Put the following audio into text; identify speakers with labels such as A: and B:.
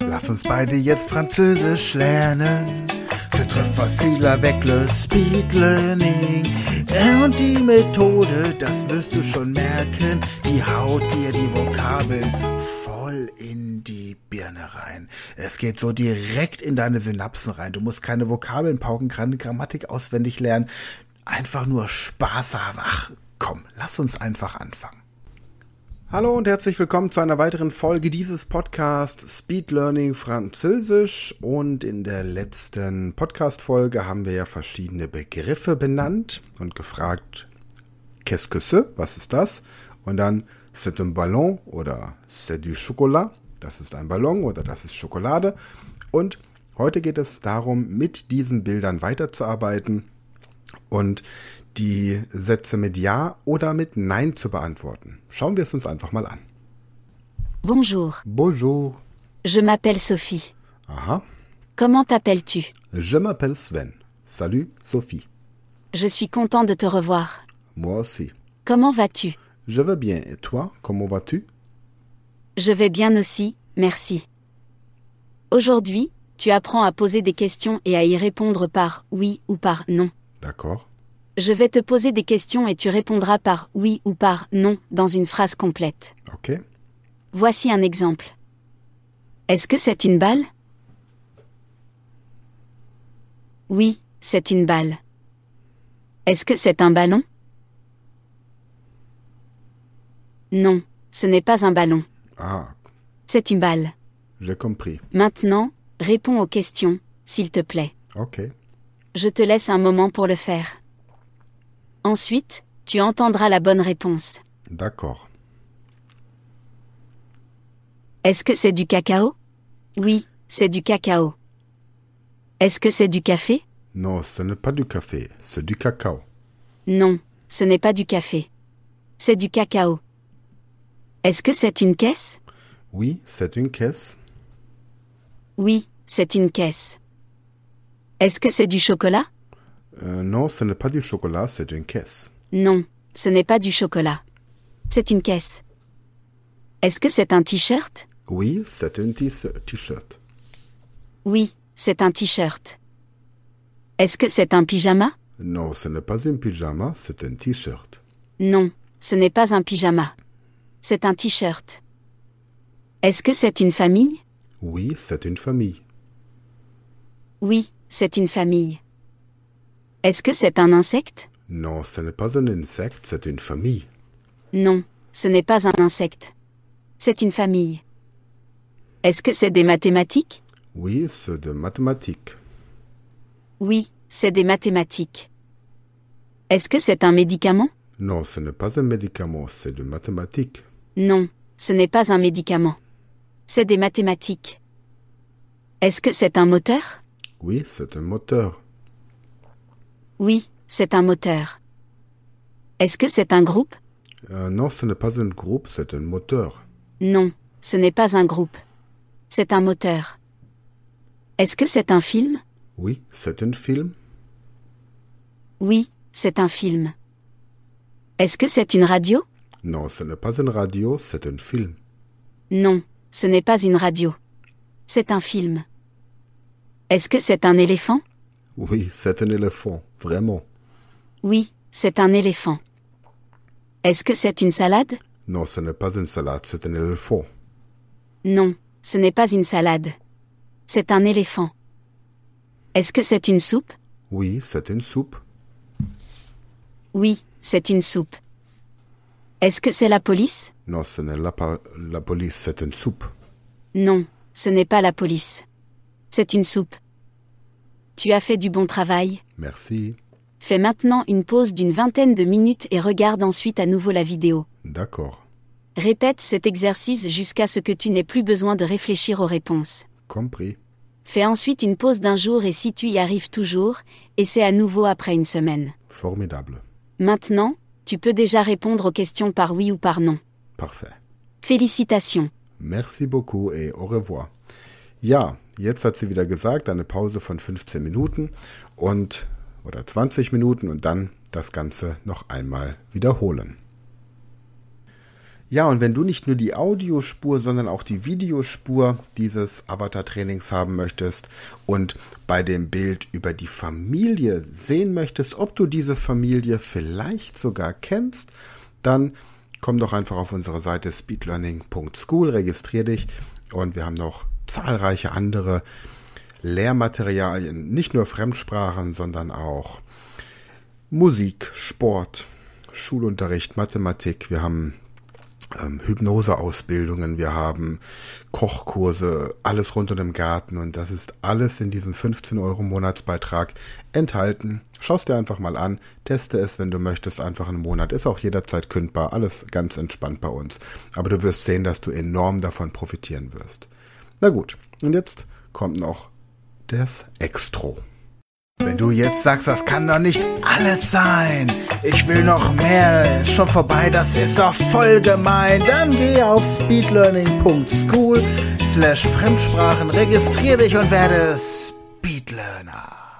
A: Lass uns beide jetzt Französisch lernen. Vertriff fossiler Weckle, Speed Learning. Äh, Und die Methode, das wirst du schon merken, die haut dir die Vokabeln voll in die Birne rein. Es geht so direkt in deine Synapsen rein. Du musst keine Vokabeln pauken, keine Grammatik auswendig lernen. Einfach nur Spaß haben. Ach, komm, lass uns einfach anfangen.
B: Hallo und herzlich willkommen zu einer weiteren Folge dieses Podcasts Speed Learning Französisch. Und in der letzten Podcast-Folge haben wir ja verschiedene Begriffe benannt und gefragt, qu'est-ce que c'est? Was ist das? Und dann, c'est un ballon oder c'est du chocolat? Das ist ein Ballon oder das ist Schokolade. Und heute geht es darum, mit diesen Bildern weiterzuarbeiten und die Sätze mit Ja oder mit Nein zu beantworten. Schauen wir es uns einfach mal an.
C: Bonjour,
B: Bonjour.
C: je m'appelle Sophie.
B: Aha.
C: Comment t'appelles-tu
B: Je m'appelle Sven. Salut, Sophie.
C: Je suis content de te revoir.
B: Moi aussi.
C: Comment vas-tu
B: Je vais bien. Et toi, comment vas-tu
C: Je vais bien aussi, merci. Aujourd'hui, tu apprends à poser des questions et à y répondre par oui ou par non.
B: D'accord.
C: Je vais te poser des questions et tu répondras par oui ou par non dans une phrase complète.
B: Ok.
C: Voici un exemple. Est-ce que c'est une balle Oui, c'est une balle. Est-ce que c'est un ballon Non, ce n'est pas un ballon,
B: Ah,
C: c'est une balle.
B: j'ai compris.
C: Maintenant, réponds aux questions, s'il te plaît.
B: Ok.
C: Je te laisse un moment pour le faire. Ensuite, tu entendras la bonne réponse.
B: D'accord.
C: Est-ce que c'est du cacao Oui, c'est du cacao. Est-ce que c'est du café
B: Non, ce n'est pas du café, c'est du cacao.
C: Non, ce n'est pas du café. C'est du cacao. Est-ce que c'est une caisse
B: Oui, c'est une caisse.
C: Oui, c'est une caisse. Est-ce que c'est du chocolat
B: Euh, non, ce n'est pas du chocolat, c'est une caisse.
C: Non, ce n'est pas du chocolat. C'est une caisse. Est-ce que c'est un t-shirt
B: Oui, c'est un t- t-shirt.
C: Oui, c'est un t-shirt. Est-ce que c'est un pyjama
B: Non, ce n'est pas un pyjama, c'est un t-shirt.
C: Non, ce n'est pas un pyjama. C'est un t-shirt. Est-ce que c'est une famille
B: Oui, c'est une famille.
C: Oui, c'est une famille. Est-ce que c'est un insecte
B: Non, ce n'est pas un insecte, c'est une famille.
C: Non, ce n'est pas un insecte. C'est une famille. Est-ce que c'est des mathématiques
B: Oui, c'est de mathématiques.
C: Oui, c'est des mathématiques. Est-ce que c'est un médicament
B: Non, ce n'est pas un médicament, c'est de mathématiques.
C: Non, ce n'est pas un médicament. C'est des mathématiques. Est-ce que c'est un moteur
B: Oui, c'est un moteur.
C: Oui, c'est un moteur. Est-ce que c'est un groupe
B: Euh, non, ce n'est pas un groupe, c'est un moteur.
C: Non, ce n'est pas un groupe. C'est un moteur. Est-ce que c'est un film
B: Oui, c'est un film.
C: Oui, c'est un film. Est-ce que c'est une radio
B: Non, ce n'est pas une radio, c'est un film.
C: Non, ce n'est pas une radio. C'est un film. Est-ce que c'est un éléphant
B: Oui, c'est un éléphant, vraiment.
C: Oui, c'est un éléphant. Est-ce que c'est une salade
B: Non, ce n'est pas une salade, c'est un éléphant.
C: Non, ce n'est pas une salade. C'est un éléphant. Est-ce que c'est une soupe
B: Oui, c'est une soupe.
C: Oui, c'est une soupe. Est-ce que c'est la police
B: Non, ce n'est la, pa- la police, c'est une soupe.
C: Non, ce n'est pas la police. C'est une soupe. Tu as fait du bon travail.
B: Merci.
C: Fais maintenant une pause d'une vingtaine de minutes et regarde ensuite à nouveau la vidéo.
B: D'accord.
C: Répète cet exercice jusqu'à ce que tu n'aies plus besoin de réfléchir aux réponses.
B: Compris.
C: Fais ensuite une pause d'un jour et si tu y arrives toujours, essaie à nouveau après une semaine.
B: Formidable.
C: Maintenant, tu peux déjà répondre aux questions par oui ou par non.
B: Parfait.
C: Félicitations.
B: Merci beaucoup et au revoir. Ja, jetzt hat sie wieder gesagt, eine Pause von 15 Minuten und oder 20 Minuten und dann das Ganze noch einmal wiederholen. Ja, und wenn du nicht nur die Audiospur, sondern auch die Videospur dieses Avatar-Trainings haben möchtest und bei dem Bild über die Familie sehen möchtest, ob du diese Familie vielleicht sogar kennst, dann komm doch einfach auf unsere Seite speedlearning.school, registrier dich und wir haben noch zahlreiche andere Lehrmaterialien, nicht nur Fremdsprachen, sondern auch Musik, Sport, Schulunterricht, Mathematik, wir haben ähm, Hypnoseausbildungen, wir haben Kochkurse, alles rund um den Garten und das ist alles in diesem 15 Euro Monatsbeitrag enthalten. Schau es dir einfach mal an, teste es, wenn du möchtest, einfach einen Monat. Ist auch jederzeit kündbar, alles ganz entspannt bei uns. Aber du wirst sehen, dass du enorm davon profitieren wirst. Na gut, und jetzt kommt noch das Extro.
A: Wenn du jetzt sagst, das kann doch nicht alles sein. Ich will noch mehr. Ist schon vorbei, das ist doch voll gemein. Dann geh auf speedlearning.school slash Fremdsprachen, registrier dich und werde Speedlearner.